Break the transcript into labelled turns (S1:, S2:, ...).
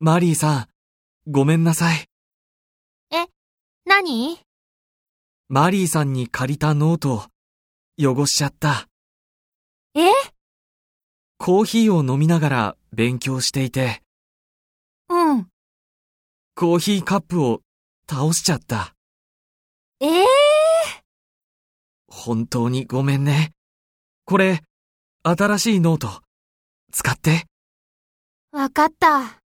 S1: マリーさん、ごめんなさい。
S2: 何
S1: マリーさんに借りたノートを汚しちゃった。
S2: え
S1: コーヒーを飲みながら勉強していて、
S2: うん。
S1: コーヒーカップを倒しちゃった。
S2: ええ
S1: 本当にごめんね。これ、新しいノート、使って。
S2: わかった。